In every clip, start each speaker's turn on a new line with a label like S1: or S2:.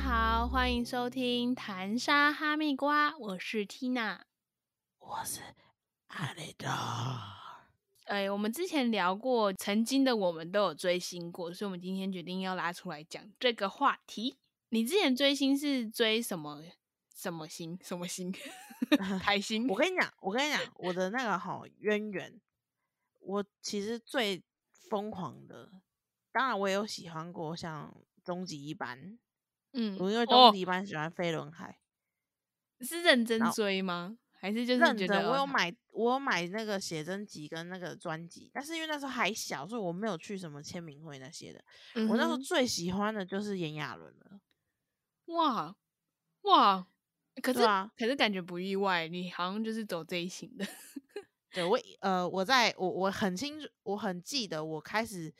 S1: 好，欢迎收听《谈沙哈密瓜》，我是 Tina。
S2: 我是阿雷达。
S1: 哎，我们之前聊过，曾经的我们都有追星过，所以我们今天决定要拉出来讲这个话题。你之前追星是追什么什么星？什么 星？台星？
S2: 我跟你讲，我跟你讲，我的那个好渊源，我其实最疯狂的，当然我也有喜欢过像终极一班，
S1: 嗯，
S2: 我因为
S1: 哦
S2: 终极一班喜欢飞轮海，
S1: 是认真
S2: 然后
S1: 追吗？还是就是
S2: 认
S1: 觉得
S2: 真
S1: 哦
S2: 我有
S1: 好
S2: 买，我有买那个写真集跟那个专辑，但是因为那时候还小，所以我没有去什么签名会那些的。
S1: 嗯
S2: 我那时候
S1: 哼
S2: 最喜欢的就是炎亚纶了，
S1: 哇哇，可是、
S2: 对啊，
S1: 可是感觉不意外，你好像就是走这一型的。
S2: 对我以呃，我在我我很清楚，我很记得我开始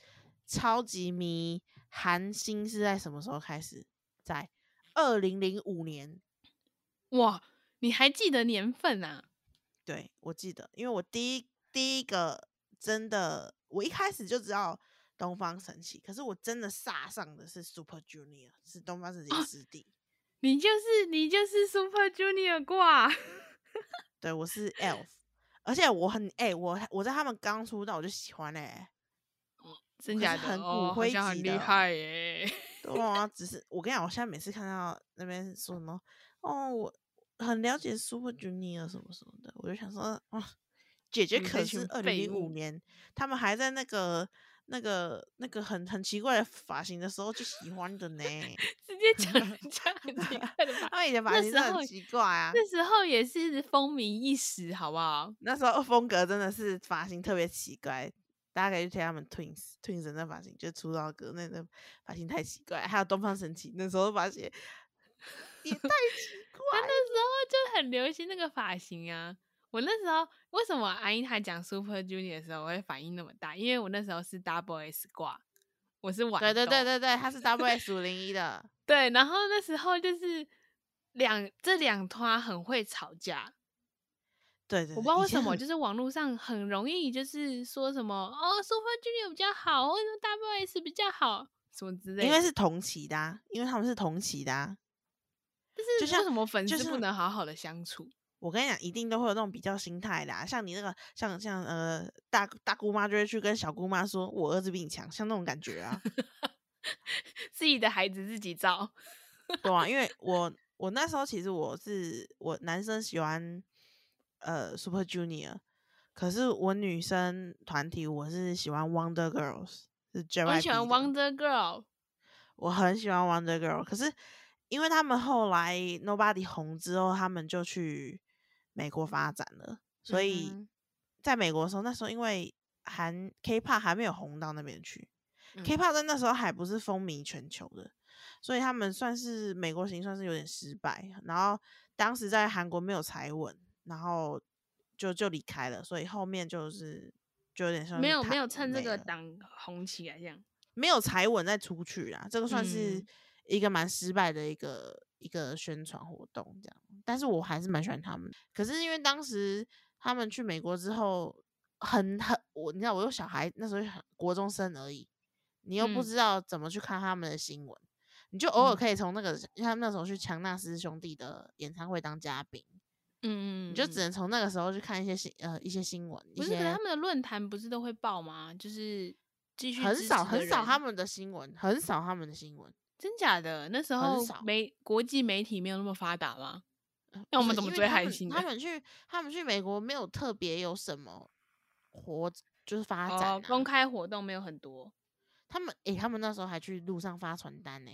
S2: 超级迷韩星是在什么时候开始？在二零零五年，
S1: 哇，你还记得年份啊？
S2: 对我记得，因为我第一第一个真的，我一开始就知道东方神起，可是我真的煞上的是 Super Junior，是东方神起
S1: 啊
S2: 师弟，
S1: 你就是你就是 Super Junior 挂，
S2: 对我是 Elf，而且我很哎、我我在他们刚出道我就喜欢嘞、欸
S1: 真
S2: 可
S1: 假
S2: 是
S1: 的
S2: 很骨
S1: 哦，好
S2: 灰
S1: 像很
S2: 级
S1: 厉
S2: 的
S1: 害耶。
S2: 对啊，只是我跟你讲，我现在每次看到那边说什么哦，我很了解 Super Junior 啊什么什么的，我就想说，哦，姐姐
S1: 你们
S2: 可
S1: 这群
S2: 是二零
S1: 废
S2: 零五
S1: 物
S2: 年他们还在那个那个那个很很奇怪的发型的时候就喜欢的 呢。
S1: 直接 讲人家很奇怪的吧？
S2: 他们以前发
S1: 那
S2: 型
S1: 时
S2: 真的
S1: 候
S2: 很奇怪啊，
S1: 那时候也是风靡一时，好不好？
S2: 那时候风格真的是发型特别奇怪。大家可以去听他们 Twins Twins 的那发型，就是出道歌那那发型太奇怪，还有东方神起那时候发型也太奇怪
S1: 他那时候就很流行那个发型啊。我那时候为什么阿英她讲 Super Junior 的时候，我会反应那么大？因为我那时候是 Double S 挂，我是玩
S2: 对对
S1: 对
S2: 对对对，他是 W S 五零
S1: E
S2: 一的，
S1: 对，然后那时候就是两这两团很会吵架，
S2: 对对。
S1: 我不知道
S2: 以
S1: 为
S2: 前
S1: 什么，
S2: 很
S1: 就是网络上很容易就是说什么哦，Super Junior 比较好，或者说 Double S 比较好，什么之类的。
S2: 因为是同期的、啊，因为他们是同期的、啊。
S1: 就是
S2: 就像
S1: 为什么粉
S2: 就
S1: 丝不
S2: 像
S1: 能好好的相处？
S2: 我跟你讲，一定都会有那种比较心态的、啊，像你那个，像像呃大大姑妈就会去跟小姑妈说：“我儿子比你强。”像那种感觉啊，
S1: 自己的孩子自己造。
S2: 对啊，因为我我那时候其实我是我男生喜欢呃 Super Junior，可是我女生团体我是喜欢 Wonder Girls，是 JYP
S1: 我哦很喜欢
S2: 的
S1: Wonder Girl，
S2: 我很喜欢 Wonder Girl，可是因为他们后来 Nobody 红之后，他们就去美国发展了，所以
S1: 嗯
S2: 在美国的时候，那时候因为韩 K-pop 还没有红到那边去、
S1: 嗯
S2: k p o p 在那时候还不是风靡全球的，所以他们算是美国行算是有点失败，然后当时在韩国没有踩稳，然后就就离开了，所以后面就是就有点像
S1: 没
S2: 是
S1: 有没
S2: 踏
S1: 有趁这
S2: 没
S1: 个
S2: 了
S1: 档红起来这样。
S2: 没有踩稳再出去啦，这个算是
S1: 嗯
S2: 一个蛮失败的一个一个宣传活动这样。但是我还是蛮喜欢他们，可是因为当时他们去美国之后，很很我你知道我有小孩，那时候很国中生而已，你又不
S1: 嗯
S2: 知道怎么去看他们的新闻，你就偶尔
S1: 嗯
S2: 可以从那个、因为他们那时候去强纳斯兄弟的演唱会当嘉宾，
S1: 嗯，
S2: 你就
S1: 嗯
S2: 只能从那个时候去看一些新呃一些新闻，一
S1: 不是，可是
S2: 些
S1: 他们的论坛不是都会报吗？就是继续
S2: 很
S1: 支
S2: 少
S1: 持的
S2: 很少
S1: 人
S2: 他们的新闻，很少他们的新闻。
S1: 真假的那时候
S2: 少
S1: 媒国际媒体没有那么发达吗？
S2: 呃
S1: 那我
S2: 不
S1: 们
S2: 是
S1: 怎么
S2: 因为
S1: 追
S2: 他
S1: 韩
S2: 们
S1: 星
S2: 他
S1: 的
S2: 们去他们去美国没有特别有什么活，就是发展、啊
S1: 哦，公开活动没有很多。
S2: 他们诶、他们那时候还去路上发传单呢、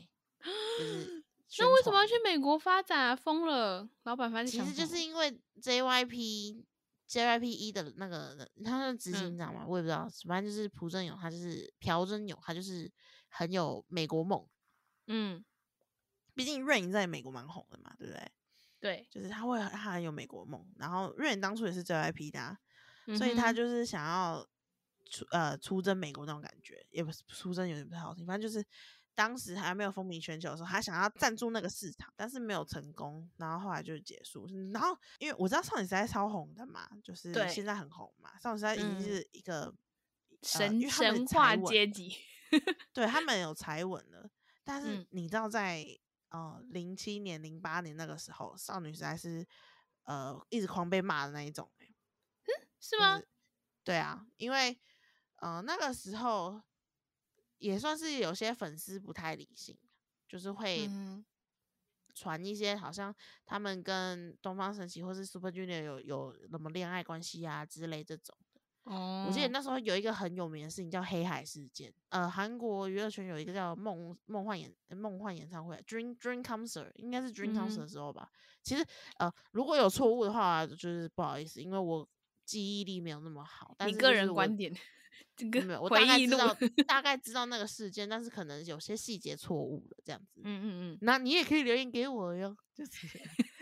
S2: 就是 宣
S1: 那为什么要去
S2: 传
S1: 美国发展啊？疯了，老板发现
S2: 其实就是因为 JYP JYP 一 E 的那个他的执行
S1: 嗯
S2: 长嘛，我也不知道，反正就是朴正勇，他就是朴正勇，他就是很有美国梦。
S1: 嗯，
S2: 毕竟 Rain 在美国蛮红的嘛，对不对？
S1: 对，
S2: 就是他会他很有美国梦，然后 Rain 当初也是 JYP 的、啊，所以他
S1: 嗯哼
S2: 就是想要出呃出征美国那种感觉，也不是出征有点不太好听，反正就是当时还没有风靡全球的时候，他想要占住那个市场，但是没有成功，然后后来就结束。嗯然后因为我知道少女时代超红的嘛，就是
S1: 对
S2: 现在很红嘛，少女时代已经
S1: 嗯
S2: 是一个、呃因
S1: 神
S2: 为他们
S1: 神
S2: 踩
S1: 话
S2: 稳
S1: 阶
S2: 了
S1: 级，
S2: 对他们有踩稳了，但是
S1: 嗯
S2: 你知道在呃零七年、零八年那个时候，少女时代是呃一直狂被骂的那一种、欸。
S1: 是吗？
S2: 对啊，因为呃那个时候也算是有些粉丝不太理性，就是会
S1: 嗯
S2: 传一些好像他们跟东方神起或是 Super Junior 有有什么恋爱关系啊之类这种的。
S1: 哦，
S2: 我记得那时候有一个很有名的事情叫黑海事件，呃，韩国娱乐圈有一个叫梦梦幻演梦幻演唱会 Dream Dream Concert，应该是 Dream
S1: 嗯
S2: Concert 的时候吧。其实呃如果有错误的话，就是不好意思，因为我记忆力没有那么好。但
S1: 你
S2: 是
S1: 个
S2: 就是
S1: 人
S2: 我
S1: 观点，这个
S2: 没有，我大
S1: 回
S2: 概
S1: 忆
S2: 知
S1: 录，
S2: 道
S1: 嗯
S2: 大概知道那个事件，但是可能有些细节错误了这样子。
S1: 嗯嗯，
S2: 那你也可以留言给我哟，就是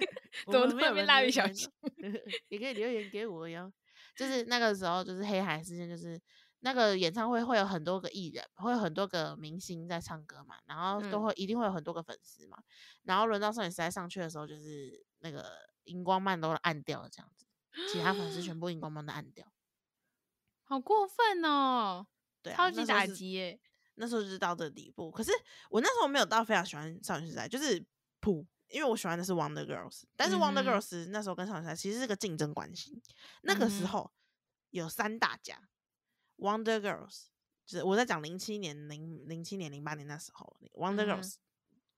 S2: 我
S1: 怎么
S2: 们
S1: 突
S2: 没
S1: 然
S2: 有
S1: 变
S2: 人
S1: 蜡
S2: 留
S1: 笔小
S2: 言的 也可以留言给我哟。就是那个时候，就是黑海事件，就是那个演唱会会有很多个艺人，会有很多个明星在唱歌嘛，然后都
S1: 嗯
S2: 会、一定会有很多个粉丝嘛。然后轮到少女时代上去的时候，就是那个荧光棒都按掉了这样子，其他 粉丝全部荧光棒都按掉。
S1: 好过分哦，
S2: 对、啊，
S1: 超
S2: 那
S1: 级
S2: 时候
S1: 打
S2: 是
S1: 击耶，
S2: 那时候就是到这个地步。可是我那时候没有到非常喜欢少女时代，就是普，因为我喜欢的是 Wonder Girls，但是 Wonder
S1: 嗯哼
S2: Girls 那时候跟少女时代其实是个竞争关系。那个
S1: 嗯
S2: 时
S1: 哼
S2: 候有三大家，Wonder Girls，就是我在讲零七年、零零七年、零八年那时候，Wonder
S1: 嗯哼
S2: Girls，、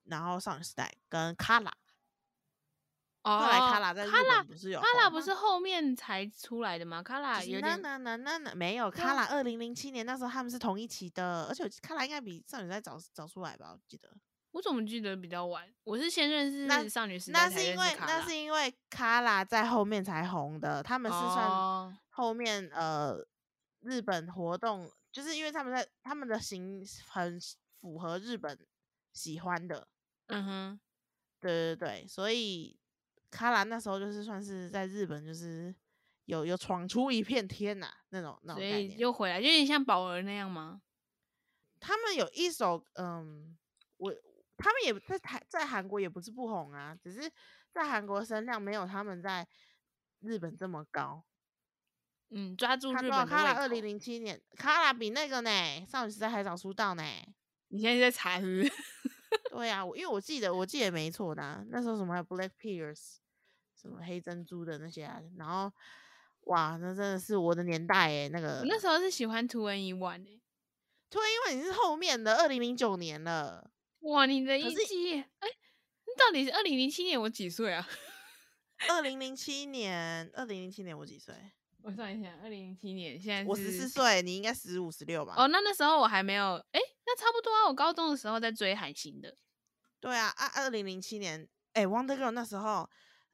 S2: 然后少女时代跟 Kala，
S1: 哦，
S2: 后来 Kala 在日
S1: 卡拉
S2: 本不是有
S1: 卡拉
S2: 红
S1: 不
S2: 吗
S1: 是后面才出来的吗？卡拉
S2: 就是
S1: 有
S2: 那
S1: 点
S2: 那那那那没有
S1: 对啊
S2: 卡拉，二零零七年那时候他们是同一期的，而且我卡拉应该比少女时代早早出来吧，我记得。
S1: 我怎么记得比较晚？我是先认
S2: 那
S1: 识少女时代
S2: 那
S1: 才
S2: 是
S1: 认
S2: 因
S1: 识
S2: 为
S1: 卡拉，
S2: 那是因为卡拉在后面才红的，他们是算
S1: 哦，
S2: 后面、呃日本活动，就是因为他们在他们的型很符合日本喜欢的，
S1: 嗯哼，
S2: 对对对，所以卡拉那时候就是算是在日本就是有有闯出一片天呐、那种那种
S1: 所
S2: 概
S1: 以
S2: 念。
S1: 又回来，有点像宝儿那样吗？
S2: 他们有一首，嗯，我他们也在台在韩国也不是不红啊，只是在韩国声量没有他们在日本这么高。
S1: 嗯，抓住
S2: 他
S1: 日
S2: 多少？
S1: 本的
S2: 卡拉二
S1: 胃
S2: 零
S1: 口。
S2: 零七年，卡拉比那个呢，少女时代还早出道呢。
S1: 你现在在查是不 是？
S2: 对啊，我因为我记得我记得没错的啊、那时候什么还有 Black Pierce，什么黑珍珠的那些啊，然后哇，那真的是我的年代诶、那个
S1: 我那时候是喜欢图文一万诶、
S2: 对，因为你是后面的二零零九年了。
S1: 哇，你的
S2: 可
S1: 一
S2: 是
S1: 季耶，哎、你到底是二零零七年我几岁啊？
S2: 二零零七年，二零零七年我几岁？
S1: 我算一下，二零零七年现在
S2: 我十四
S1: 是
S2: 岁，你应该十五十六吧？
S1: 哦，那那时候我还没有，哎、那差不多啊。我高中的时候在追韩星的，
S2: 对啊，啊，二零零七年，哎、w o n d e r Girl 那时候，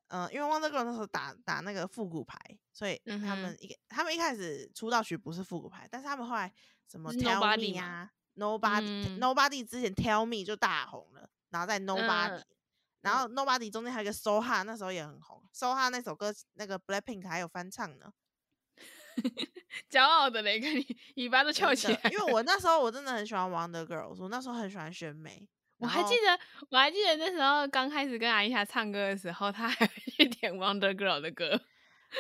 S2: 呃，因为 Wonder Girl 那时候打打那个复古牌，所以
S1: 嗯
S2: 他
S1: 哼
S2: 们一、他们一开始出道曲不是复古牌，但是他们后来什么
S1: 是
S2: Tell
S1: Nobody
S2: Me
S1: 嘛
S2: 啊，Nobody、
S1: 嗯
S2: Nobody 之前 Tell Me 就大红了，然后在 Nobody，、
S1: 嗯
S2: 然后 Nobody 中间还有一个 Soha，那时候也很红，Soha 那首歌那个 Blackpink 还有翻唱 呢。
S1: 骄傲的嘞，看你尾巴都
S2: 真
S1: 翘起
S2: 的
S1: 来。
S2: 因为我那时候我真的很喜欢 Wonder Girls，我那时候很喜欢选美。
S1: 我
S2: 然
S1: 还记
S2: 后
S1: 得，我还记得那时候刚开始跟阿依莎唱歌的时候，她还会 去点 Wonder Girl 的歌。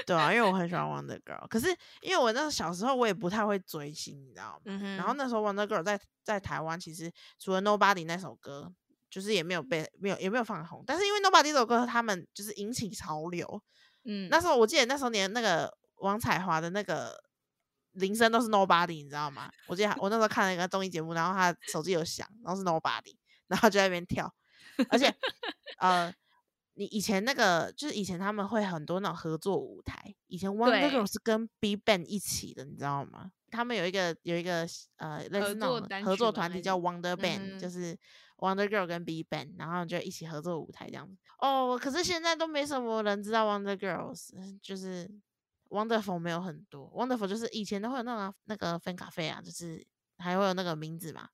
S2: 对啊，因为我很喜欢 Wonder Girl，可是因为我那时候小时候我也不太会追星，你知道吗？
S1: 嗯哼
S2: 然后那时候 Wonder Girl 在在台湾其实除了 Nobody 那首歌，就是也没有被没有也没有放红，但是因为 Nobody 这首歌他们就是引起潮流，
S1: 嗯，
S2: 那时候我记得那时候连那个王彩华的那个铃声都是 Nobody，你知道吗？我记得我那时候看了一个综艺节目，然后他手机有响，然后是 Nobody，然后就在那边跳，而且呃，你以前那个就是以前他们会很多那种合作舞台，以前 Wonder
S1: 对
S2: Girls 是跟 Big Bang 一起的，你知道吗？他们有一个有一个呃类
S1: 合
S2: 似那
S1: 作
S2: 种
S1: 单
S2: 合
S1: 曲
S2: 作
S1: 吗
S2: 团
S1: 还
S2: 体
S1: 是
S2: 叫 Wonder Band，、
S1: 嗯
S2: 就是 Wonder Girl 跟 Big Bang，然后就一起合作舞台这样子。哦，可是现在都没什么人知道 Wonder Girls，就是嗯 Wonderful 没有很多，Wonderful 就是以前都会有那个啊那个 fan 咖啡啊，就是还会有那个名字嘛，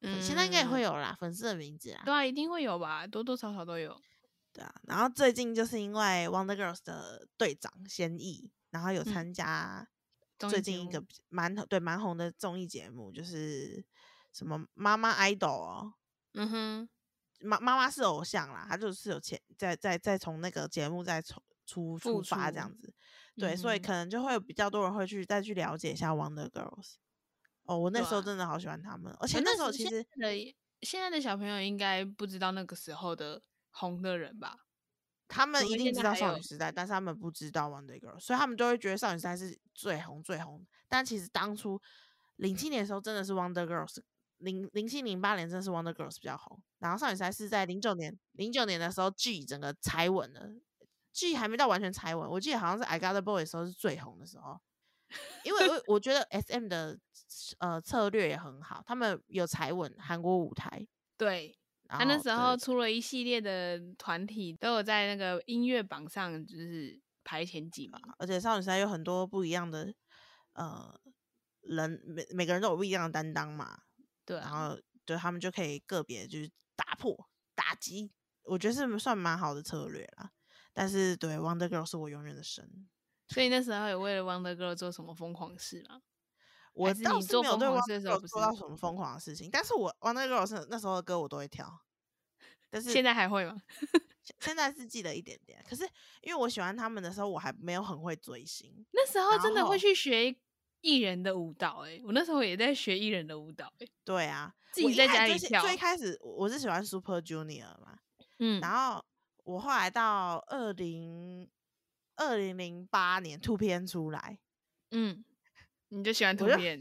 S2: 粉现在应该也会
S1: 有，
S2: 有啦，粉丝的名字啦
S1: 嗯对。啊，一定会有吧，多多少少都有。
S2: 对啊，然后最近就是因为 Wonder Girls 的队长仙艺，然后有
S1: 嗯
S2: 参加
S1: 综
S2: 最
S1: 艺节
S2: 近一个
S1: 目
S2: 比蛮对蛮红的综艺节目，就是什么妈妈 idol 哦，
S1: 嗯哼，
S2: 妈妈妈是偶像啦，她就是有前在在在从那个节目再出出
S1: 复
S2: 出发这
S1: 出
S2: 样子，对，所以
S1: 嗯
S2: 可能就会有比较多人会去再去了解一下 Wonder Girls。哦，我那
S1: 对
S2: 时候
S1: 啊
S2: 真的好喜欢他们，而
S1: 我
S2: 且那
S1: 那
S2: 时候
S1: 时
S2: 其
S1: 现
S2: 实
S1: 在的现在的小朋友应该不知道那个时候的红的人吧？
S2: 他们
S1: 除
S2: 一
S1: 非
S2: 定
S1: 现
S2: 知
S1: 在
S2: 道
S1: 还
S2: 少
S1: 有
S2: 女时代，但是他们不知道 Wonder Girl，所以他们就会觉得少女时代是最红最红的。但其实当初零七年的时候，真的是 Wonder Girl 是零零七零八年真的是 Wonder Girls 比较红，然后少女时代是在零九年零九年的时候 G 整个踩稳了，G 还没到完全踩稳，我记得好像是 I Got the Boy 的时候是最红的时候。因为我我觉得 S M 的呃策略也很好，他们有踩稳韩国舞台。
S1: 对，
S2: 然
S1: 啊他那
S2: 后
S1: 时
S2: 哦对
S1: 候出了一系列的团体，都有在那个音乐榜上就是排前几名。
S2: 而且少女时代有很多不一样的呃人，每每个人都有不一样的担当嘛，
S1: 对
S2: 然
S1: 啊，
S2: 后对他们就可以个别就是打破打击，我觉得是算蛮好的策略啦。但是对 Wonder Girl 是我永远的神，
S1: 所以那时候有为了 Wonder Girl 做什么疯狂事吗？
S2: 我
S1: 是
S2: 倒
S1: 你
S2: 是
S1: 做
S2: 没有
S1: 疯
S2: 对
S1: 狂
S2: Wonder
S1: 事的时候
S2: Girl
S1: 不
S2: 做
S1: 是
S2: 到什么疯狂的事情，但是我 Wonder Girl 是那时候的歌我都会跳，但是
S1: 现在还会吗？
S2: 现现在是记得一点点，可是因为我喜欢他们的时候，我还没有很会追星，
S1: 那时候
S2: 然
S1: 真的
S2: 后
S1: 会去学艺人的舞蹈、欸，我那时候也在学艺人的舞蹈、欸，
S2: 对啊，
S1: 自
S2: 我
S1: 己
S2: 一
S1: 在家
S2: 开始最
S1: 里
S2: 喜
S1: 跳
S2: 最开始我我是喜欢 Super Junior 嘛，
S1: 嗯，
S2: 然后我后来到二零二零零八年突片出来，
S1: 嗯，你就喜欢图
S2: 就
S1: 片，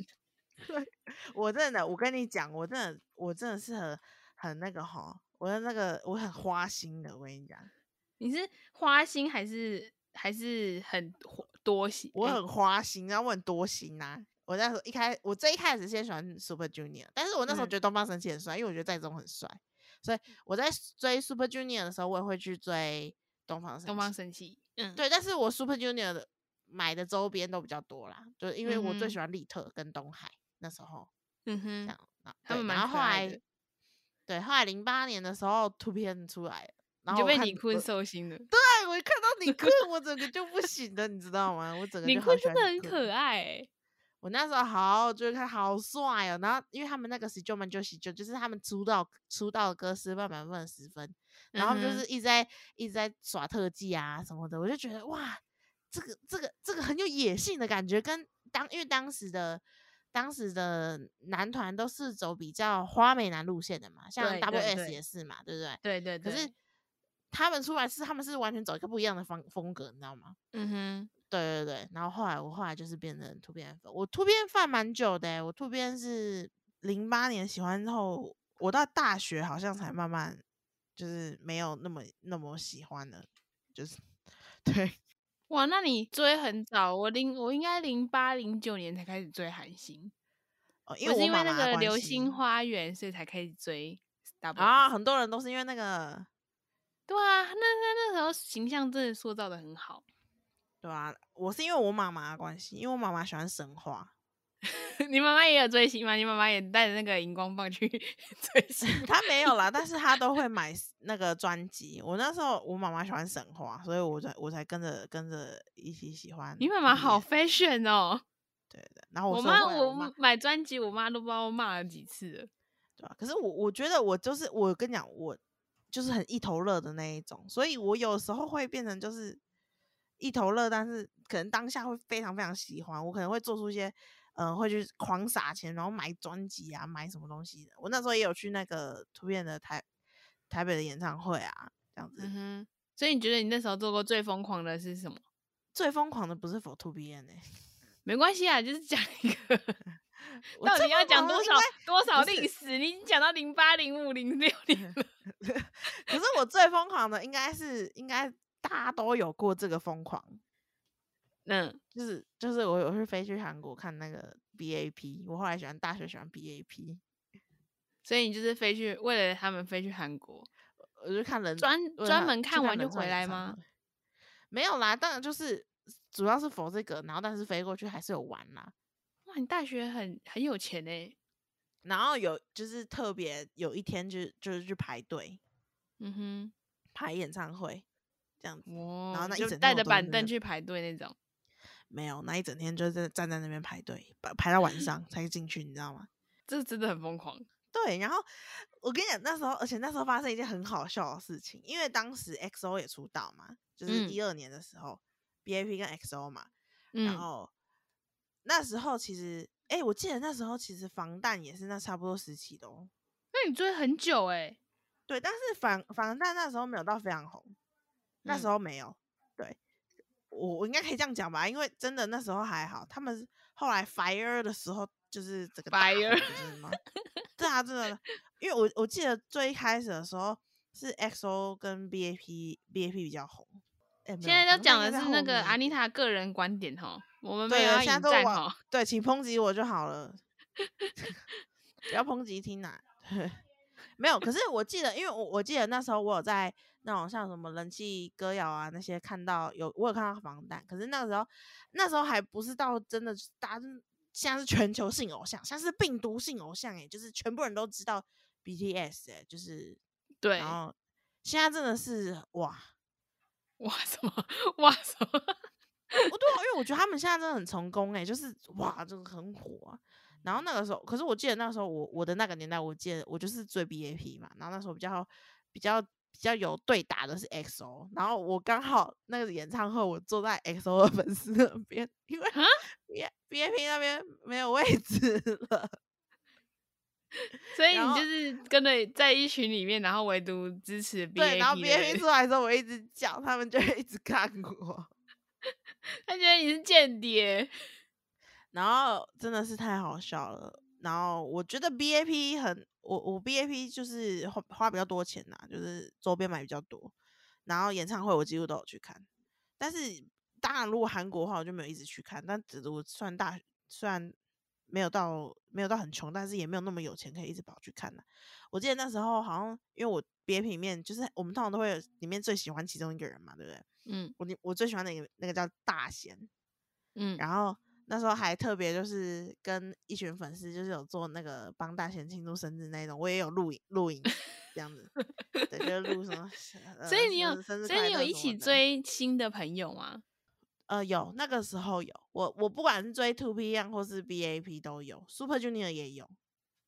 S2: 我真的，我跟你讲，我真的，我真的是很很那个哈，我的那个我很花心的，我跟你讲，
S1: 你是花心还是还是很花多心？
S2: 我
S1: 欸
S2: 很花心，然后我很多心呐、我那时候一开，我最一开始先喜欢 Super Junior，但是我那时候
S1: 嗯
S2: 觉得东方神起很帅，因为我觉得戴宗很帅，所以我在追 Super Junior 的时候，我也会去追东方神
S1: 东方
S2: 起。
S1: 神起，嗯，
S2: 对，但是我 Super Junior 的买的周边都比较多啦，就是因为我最
S1: 嗯
S2: 喜
S1: 哼
S2: 欢利特跟东海那时候
S1: 嗯
S2: 这
S1: 哼
S2: 样，，然
S1: 他
S2: 对
S1: 们蛮
S2: 然后
S1: 可
S2: 后
S1: 爱
S2: 来
S1: 的
S2: 对后来零八年的时候图片出来了，然
S1: 你
S2: 后
S1: 就
S2: 我
S1: 被
S2: 看
S1: 李坤
S2: 我
S1: 受心了。
S2: 对我一看到李坤，我整个就不行了，你知道吗？我整个
S1: 李
S2: 就好
S1: 坤
S2: 喜
S1: 真
S2: 欢
S1: 的
S2: 李
S1: 很
S2: 坤
S1: 可爱、欸，
S2: 我那时候好就是看好帅哦，然后因为他们那个十九门就十九，就是他们出道出道的歌是慢慢分十分，然后他
S1: 嗯
S2: 们就
S1: 哼
S2: 是一直在一直在耍特技啊什么的，我就觉得哇，这个这个这个很有野性的感觉，跟当因为当时的当时的男团都是走比较花美男路线的嘛，像
S1: 对
S2: W
S1: 对
S2: S
S1: 对
S2: 也是嘛，对不对？
S1: 对对对，
S2: 可是他们出来是他们是完全走一个不一样的风风格，你知道吗？
S1: 嗯哼，
S2: 对对对，然后后来我后来就是变成突变粉，我突变饭蛮久的欸、我突变是零八年喜欢后，我到大学好像才慢慢就是没有那么那么喜欢了，就是对
S1: 哇，那你追很早，我零我应该零八零九年才开始追韩星，
S2: 哦，因
S1: 我
S2: 为
S1: 是因
S2: 妈
S1: 为
S2: 妈
S1: 那
S2: 的
S1: 个《
S2: 关
S1: 流
S2: 系
S1: 星花园》，所以才开始追 W
S2: 啊，很多人都是因为那个
S1: 对啊，那那那时候形象真的塑造的很好。
S2: 对啊，我是因为我妈妈的关系，因为我妈妈喜欢神话，
S1: 你妈妈也有追星吗？你妈妈也带着那个荧光棒去 追 星吗？
S2: 她没有啦，但是她都会买那个专辑。我那时候我妈妈喜欢神话，所以我才我才跟着跟着一起喜欢 2PM。
S1: 你妈妈好 fashion 哦！
S2: 对对，然后
S1: 我
S2: 我
S1: 妈
S2: 妈我
S1: 我
S2: 妈
S1: 买专辑，我妈都不知道骂了几次了。
S2: 对啊吧？可是我我觉得我就是我跟你讲，我就是很一头热的那一种，所以我有时候会变成就是一头热，但是可能当下会非常非常喜欢，我可能会做出一些嗯、呃会去狂撒钱，然后买专辑啊，买什么东西的。我那时候也有去那个图片的台台北的演唱会啊，这样子。
S1: 嗯哼，所以你觉得你那时候做过最疯狂的是什么？
S2: 最疯狂的不是 For Two B N 哎、
S1: 没关系啊，就是讲一个，
S2: 我
S1: 到
S2: 最
S1: 底要
S2: 疯
S1: 讲
S2: 狂
S1: 多
S2: 的是
S1: 少
S2: 因为
S1: 多少
S2: 不是
S1: 历史？你已经讲到零八、零五、零 六年了，
S2: 可是我最疯狂的应该是应该大家都有过这个疯狂，
S1: 嗯，
S2: 就是就是我有去飞去韩国看那个 BAP，我后来喜欢大学喜欢 BAP，
S1: 所以你就是飞去为了他们飞去韩国，
S2: 我就看人
S1: 专
S2: 我
S1: 专
S2: 看
S1: 门
S2: 去
S1: 看完
S2: 人
S1: 就
S2: 上
S1: 回
S2: 演
S1: 来
S2: 唱
S1: 吗
S2: 会？没有啦，当然就是主要是否这个，然后但是飞过去还是有玩啦。
S1: 哇，你大学很很有钱哎、
S2: 然后有就是特别有一天就就是去排队
S1: 嗯哼。
S2: 排演唱会这样子，
S1: 哦，
S2: 后那一
S1: 就
S2: 整天
S1: 带
S2: 我
S1: 着
S2: 都在
S1: 板
S2: 那
S1: 凳
S2: 边
S1: 去排队那种。
S2: 没有那一整天就在站在那边排队，排排到晚 上才进去，你知道吗？
S1: 这真的很疯狂，
S2: 对，然后我跟你讲，那时候，而且那时候发生一件很好笑的事情，因为当时 XO 也出道嘛，就是
S1: 嗯
S2: 一二年的时候、b a p 跟 XO 嘛，然
S1: 嗯，
S2: 后那时候其实，哎、我记得那时候其实防弹也是那差不多时期的哦，
S1: 那那你追很久哎、
S2: 对，但是反反而但那时候没有到非常红，那时
S1: 嗯
S2: 候没有。对，我我应该可以这样讲吧，因为真的那时候还好，他们是后来 fire 的时候就是整个大
S1: Fire
S2: 红不是吗？ 对啊，真的，因为我我记得最开始的时候是 XO 跟 BAP BAP 比较红。诶没
S1: 现在
S2: 有可能
S1: 都讲
S2: 哦应
S1: 的
S2: 该在
S1: 是
S2: 后
S1: 那个
S2: 面
S1: 安妮塔个人观点哈，我们没
S2: 对
S1: 有
S2: 了，
S1: 要
S2: 现在
S1: 引
S2: 都
S1: 战
S2: 我
S1: 哈。
S2: 对，请抨击我就好了，不要抨击听呐。 没有，可是我记得，因为我我记得那时候我有在那种像什么人气歌谣啊那些看到有我有看到防弹，可是那时候那时候还不是到真的就是大家真的现在是全球性偶像，像是病毒性偶像哎、就是全部人都知道 BTS 哎、就是
S1: 对，
S2: 然后现在真的是哇，
S1: 哇什么哇什么，
S2: 我对啊，因为我觉得他们现在真的很成功哎、就是哇，这个很火、啊。然后那个时候，可是我记得那时候我我的那个年代，我记得我就是追 BAP 嘛，然后那时候比较比较比较有对打的是 XO，然后我刚好那个演唱会我坐在 XO 的粉丝那边，因为
S1: 啊
S2: B BAP 那边没有位置了，
S1: 所以
S2: 然
S1: 你
S2: 后
S1: 就是跟着在一群里面，然后唯独支持 BAP
S2: 对，然后
S1: 的
S2: BAP
S1: 人
S2: 出来之后我一直叫，他们就会一直看我。
S1: 他觉得你是间谍，
S2: 然后真的是太好笑了。然后我觉得 BAP 很，我我 BAP 就是花花比较多钱呐、就是周边买比较多。然后演唱会我几乎都有去看，但是当然如果韩国的话我就没有一直去看，但只我算大虽然没有到没有到很穷，但是也没有那么有钱可以一直跑去看呐、我记得那时候好像因为我 BAP 里面就是我们通常都会有里面最喜欢其中一个人嘛，对不对？
S1: 嗯
S2: 我我最喜欢那个那个叫大贤，
S1: 嗯，
S2: 然后那时候还特别就是跟一群粉丝，就是有做那个帮大贤庆祝生日那一种，我也有录影 录影这样子，对，就是录什么生，
S1: 所以
S2: 呃
S1: 你有，
S2: 生日
S1: 所以
S2: 快
S1: 你有
S2: 乐
S1: 一
S2: 什
S1: 起
S2: 么的，
S1: 追新的朋友吗？
S2: 呃，有那个时候有，我我不管是追 Two P 啊样或是 B A P 都有，Super Junior 也有，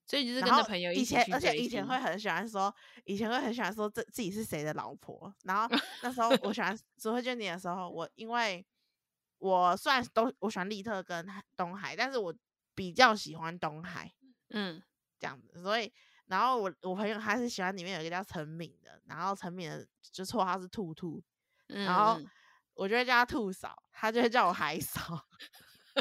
S1: 所以就是
S2: 然
S1: 跟着
S2: 后
S1: 朋友一
S2: 以
S1: 起
S2: 前
S1: 去
S2: 而且
S1: 追
S2: 以前
S1: 星
S2: 会很喜欢说，以前会很喜欢说这自己是谁的老婆，然后那时候我 喜欢 Super Junior 的时候，我因为我虽然都我喜欢利特跟东海，但是我比较喜欢东海。
S1: 嗯，
S2: 这样子，所以然后我我朋友他是喜欢里面有一个叫陈敏的，然后陈敏的就绰号是兔兔，
S1: 嗯
S2: 然后
S1: 嗯
S2: 我就会叫他兔嫂，他就会叫我海嫂，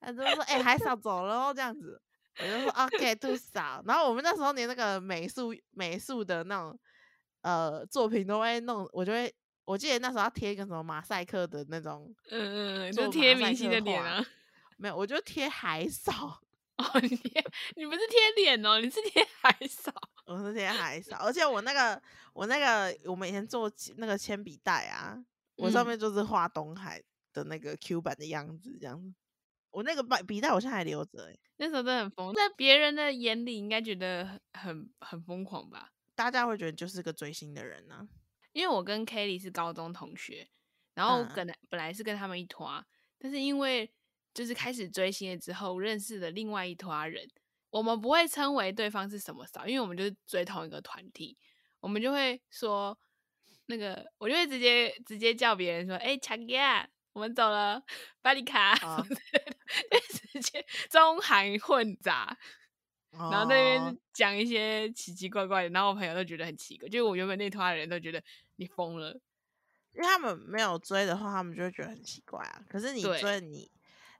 S2: 他就说哎、海嫂走了哦这样子，我就说 OK 兔嫂，然后我们那时候连那个美术美术的那种呃作品都会弄，我就会我记得那时候要贴一个什么马赛克的那种，
S1: 嗯嗯，
S2: 做
S1: 就贴
S2: 马赛
S1: 明星
S2: 克
S1: 的脸
S2: 画
S1: 啊。
S2: 没有我就贴海嫂。
S1: 哦，你贴你不是贴脸哦，你是贴海嫂。
S2: 我那天还少，而且我那个我那个我们以前做铅那个铅笔袋啊，我上
S1: 嗯
S2: 面就是画东海的那个 Q 版的样子，这样子。我那个笔笔袋我现在还留着、欸，
S1: 那时候真的很疯，在别人的眼里应该觉得很很很疯狂吧？
S2: 大家会觉得就是个追星的人啊呢、
S1: 因为我跟 Kelly 是高中同学，然后
S2: 嗯
S1: 本来、本来是跟他们一团，啊但是因为就是开始追星了之后，认识了另外一团人，我们不会称为对方是什么嫂，因为我们就是追同一个团体，我们就会说那个，我就会直接直接叫别人说，哎、强哥啊，我们走了，巴里卡，什么
S2: 啊
S1: 之类的 就直接中韩混杂，然后在那
S2: 哦
S1: 边讲一些奇奇怪怪的，然后我朋友都觉得很奇怪，就是我原本那团的人都觉得你疯了，
S2: 因为他们没有追的话，他们就会觉得很奇怪啊。可是你
S1: 对
S2: 追你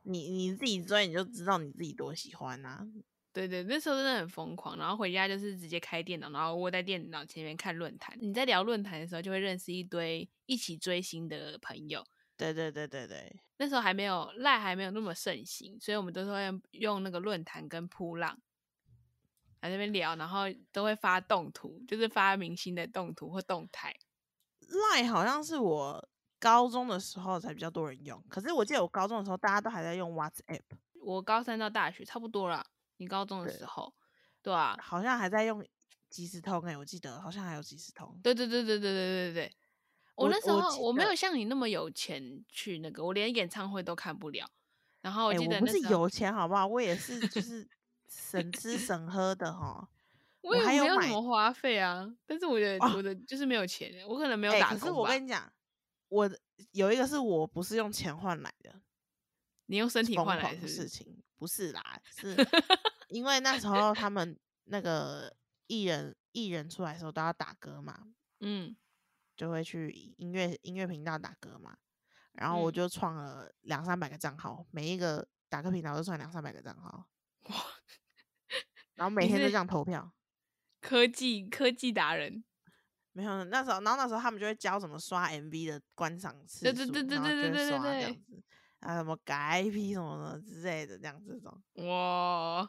S2: 你你自己追，你就知道你自己多喜欢啊。
S1: 对对，那时候真的很疯狂，然后回家就是直接开电脑，然后窝在电脑前面看论坛。你在聊论坛的时候，就会认识一堆一起追星的朋友。
S2: 对对对对对，
S1: 那时候还没有赖，还没有那么盛行，所以我们都是会用用那个论坛跟扑浪来那边聊，然后都会发动图，就是发明星的动图或动态。
S2: Line 好像是我高中的时候才比较多人用，可是我记得我高中的时候大家都还在用 WhatsApp，
S1: 我高三到大学差不多啦，你高中的
S2: 对
S1: 时候，对啊，
S2: 好像还在用即时通哎、我记得好像还有即时通。
S1: 对对对对对对对对。我
S2: 我
S1: 那时
S2: 我
S1: 候
S2: 记
S1: 我没
S2: 得
S1: 有像你那么有钱去那个，我连演唱会都看不了。然后我
S2: 哎、
S1: 记
S2: 我
S1: 得
S2: 不
S1: 那
S2: 是
S1: 时候，
S2: 有钱好不好？我也是 就是省吃省喝的哈。
S1: 我
S2: 我
S1: 也
S2: 还有
S1: 没有什
S2: 买
S1: 么花费啊，但是我的、
S2: 哦
S1: 我的就是没有钱，我可能没有
S2: 哎、
S1: 打
S2: 可是
S1: 工
S2: 我
S1: 吧。
S2: 跟你讲，我的有一个是我不是用钱换来的，
S1: 你用身体
S2: 疯
S1: 换
S2: 狂
S1: 来是
S2: 的
S1: 不
S2: 事
S1: 是？
S2: 情，不是啦，是因为那时候他们那个艺人艺人出来的时候都要打歌嘛，
S1: 嗯，
S2: 就会去音乐音乐频道打歌嘛。然后我
S1: 嗯
S2: 就创了两三百个账号，每一个打歌频道都创两三百个账号，
S1: 哇，
S2: 然后每
S1: 你
S2: 天都
S1: 是
S2: 这样投票。
S1: 科技科技达人，
S2: 没有，那时候，然后那时候他们就会教怎么刷 MV 的观赏次
S1: 对
S2: 数，
S1: 对对对
S2: 然后
S1: 对
S2: 就
S1: 对
S2: 会
S1: 对
S2: 刷这
S1: 对
S2: 样子，啊什么改 IP 什么的之类的，这样子这种。
S1: 哇！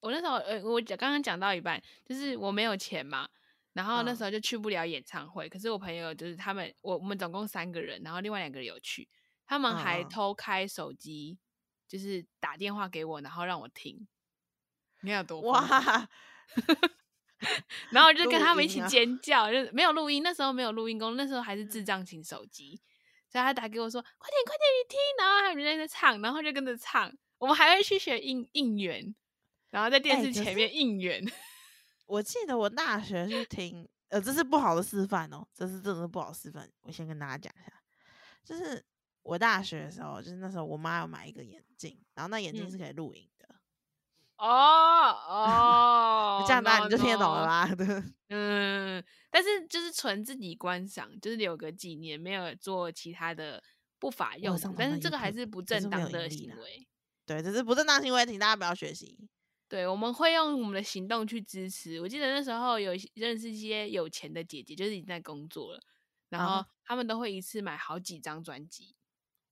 S1: 我那时候呃，我讲刚刚讲到一半，就是我没有钱嘛，然后那
S2: 嗯
S1: 时候就去不了演唱会。可是我朋友就是他们，我我们总共三个人，然后另外两个人有去，他们还
S2: 嗯嗯
S1: 偷开手机，就是打电话给我，然后让我听。你看有多疯
S2: 哇，
S1: 然后我就跟
S2: 录
S1: 他们一
S2: 音
S1: 起
S2: 啊
S1: 尖叫，就是没有录音，那时候没有录音功，那时候还是智障型手机，所以他打给我说：“快点，快点，你听！”然后还有人在唱，然后就跟着唱。我们还会去学应应援，然后在电
S2: 哎
S1: 视
S2: 可
S1: 前
S2: 是
S1: 面应 援。
S2: 我记得我大学是听，呃，这是不好的示范哦，这是真的是不好的示范。我先跟大家讲一下，就是我大学的时候，就是那时候我妈有买一个眼镜，然后那眼
S1: 嗯
S2: 镜是可以录影的，
S1: 哦哦
S2: 这样大家你就听得懂了
S1: 吧？
S2: 吧？对，
S1: 嗯，但是就是纯自己观赏，就是留个纪念，没有做其他的不法
S2: 有
S1: 用
S2: 上
S1: 途。
S2: 传
S1: 但
S2: 到
S1: 是这个还
S2: YouTube，
S1: 是不
S2: 可是
S1: 正
S2: 没有
S1: 当的
S2: 盈利
S1: 行
S2: 啦
S1: 为。
S2: 对，这是不正当行为，请大家不要学习。
S1: 对，我们会用我们的行动去支持。我记得那时候有一些认识一些有钱的姐姐，就是已经在工作了，然
S2: 啊
S1: 后她们都会一次买好几张专辑，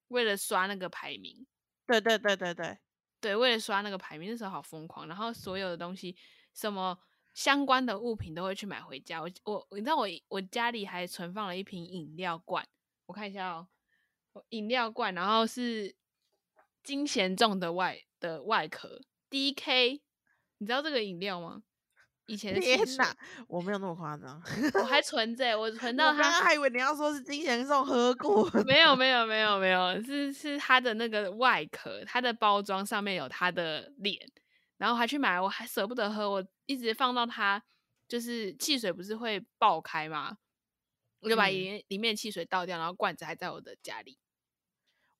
S1: 为了刷那个排名。
S2: 对对对对对，
S1: 对，为了刷那个排名，那时候好疯狂。然后所有的东西，什么相关的物品都会去买回家。我我你知道我我家里还存放了一瓶饮料罐，我看一下哦，我饮料罐，然后是金贤重的外的外壳 DK，你知道这个饮料吗？以前的汽
S2: 天
S1: 水
S2: 哪，我没有那么夸张，
S1: 我还存着欸，我存到
S2: 我刚
S1: 它
S2: 刚还以为你要说是金贤颂喝 过，
S1: 没有没有没有没有，是是它的那个外壳，它的包装上面有它的脸，然后还去买，我还舍不得喝，我一直放到它就是汽水不是会爆开吗？我就把
S2: 嗯
S1: 里面里面的汽水倒掉，然后罐子还在我的家里。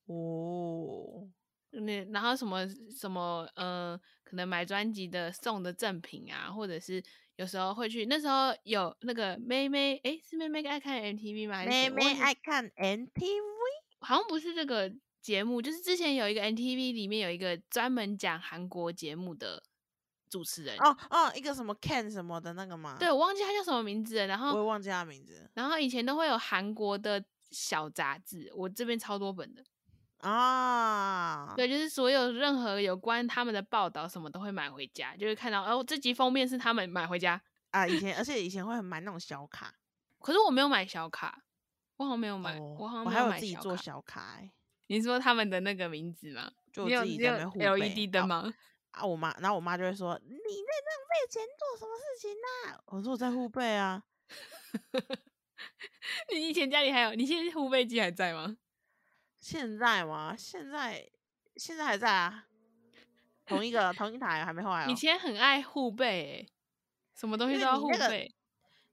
S2: 哦，
S1: 那然后什么什么呃，可能买专辑的送的赠品啊，或者是有时候会去那时候有那个妹妹，诶，是妹妹爱看 MTV 吗？还是
S2: 哦妹
S1: 谁我忘
S2: 妹
S1: 记
S2: 爱看 NTV，
S1: 好像不是这个节目，就是之前有一个 NTV 里面有一个专门讲韩国节目的主持人，
S2: 哦哦，一个什么 Ken 什么的那个吗？
S1: 对我忘记他叫什么名字了。然
S2: 我也
S1: 后，
S2: 忘记他名字
S1: 然后以前都会有韩国的小杂志，我这边超多本的。
S2: 啊。
S1: 对，就是所有任何有关他们的报道什么都会买回家，就会看到哦，这集封面是他们买回家，
S2: 啊，以前而且以前会很买那种小卡，
S1: 可是我没有买小卡，我好像没有买，
S2: 哦
S1: 我好像
S2: 我
S1: 没
S2: 还有
S1: 买
S2: 自己
S1: 小
S2: 做
S1: 卡。
S2: 小卡、欸，
S1: 你说他们的那个名字吗？
S2: 就
S1: 你
S2: 我
S1: 有
S2: 自己
S1: 你
S2: 在
S1: 有
S2: 那边互
S1: LED 灯
S2: 啊
S1: 吗？
S2: 啊，我妈，然后我妈就会说：“你在浪费钱做什么事情呐、我说：“我在互背啊。
S1: 你以前家里还有？你现在烘焙机还在吗？”
S2: 现在吗？现在现在还在啊，同一个同一台还没坏哦。
S1: 以前很爱护背、欸，什么东西
S2: 因
S1: 都
S2: 为
S1: 要
S2: 你
S1: 护
S2: 那个
S1: 背。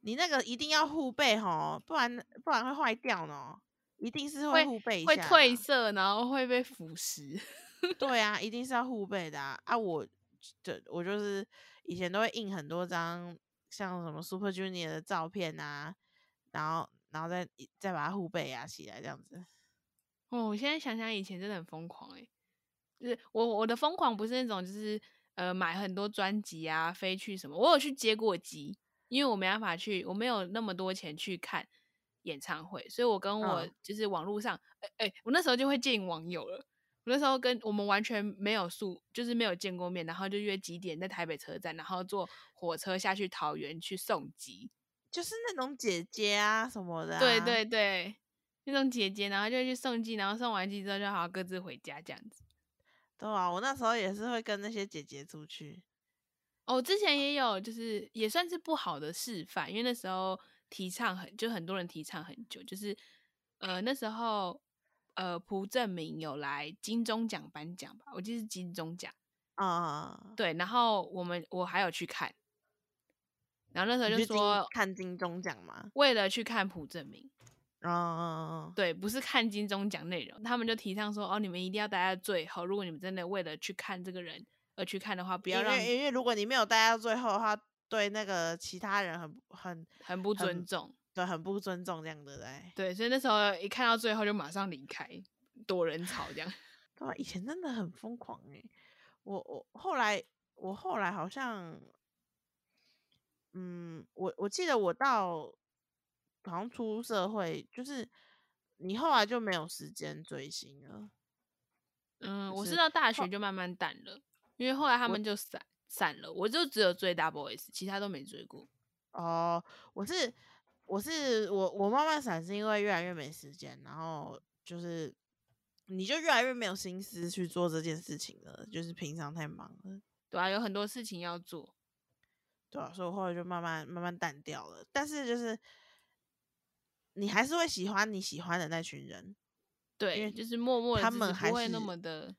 S2: 你那个一定要互背吼，不然不然会坏掉呢，一定是
S1: 会
S2: 互背一
S1: 会
S2: 下啊
S1: 褪
S2: 啦
S1: 色，然后会被腐蚀。
S2: 对啊，一定是要互背的啊！啊，我就我就是以前都会印很多张像什么 Super Junior 的照片啊，然后然后再一再把它互背啊起来这样子。
S1: 哦，我现在想想以前真的很疯狂哎、就是我我的疯狂不是那种就是呃买很多专辑啊，飞去什么，我有去接过机，因为我没办法去，我没有那么多钱去看演唱会，所以我跟我
S2: 嗯
S1: 就是网络上，哎、哎、我那时候就会见网友了。我那时候跟我们完全没有素，就是没有见过面，然后就约几点在台北车站，然后坐火车下去桃园去送机。
S2: 就是那种姐姐啊什么的、啊，
S1: 对对对，那种姐姐，然后就去送机，然后送完机之后就好好各自回家这样子。
S2: 对啊，我那时候也是会跟那些姐姐出去，
S1: 哦，我之前也有，就是也算是不好的示范，因为那时候提倡很，就很多人提倡很久，就是呃那时候呃朴正明有来金钟奖颁奖吧，我记得是金钟奖，
S2: 啊、
S1: 对，然后我们我还有去看，然后那时
S2: 你
S1: 候
S2: 去
S1: 就
S2: 金
S1: 说
S2: 看金钟奖嘛，
S1: 为了去看朴正明，
S2: 啊、
S1: 对，不是看金钟奖内容，他们就提倡说，哦，你们一定要待到最后。如果你们真的为了去看这个人而去看的话，不
S2: 因
S1: 要让
S2: 为因为如果你没有待到最后的话，对那个其他人很很
S1: 很不尊
S2: 很
S1: 重。
S2: 对很不尊重这样的嘞。
S1: 对，所以那时候一看到最后就马上离开，躲人潮这样。
S2: 对啊，以前真的很疯狂哎、我我后来我后来好像，嗯，我我记得我到好像出社会，就是你后来就没有时间追星了。
S1: 嗯，
S2: 就
S1: 我是
S2: 是
S1: 到大
S2: 后
S1: 学就慢慢淡了，因为后来他
S2: 我
S1: 们就散散了，我就只有追 Double S，其他都没追过。
S2: 哦，我是我是我我慢慢闪是因为越来越没时间，然后就是你就越来越没有心思去做这件事情了，就是平常太忙了，
S1: 对啊，有很多事情要做。
S2: 对啊，所以我后来就慢慢慢慢淡掉了。但是就是你还是会喜欢你喜欢的那群人，
S1: 对，
S2: 为
S1: 就是默默的，
S2: 他们还
S1: 不会那
S2: 是
S1: 么的。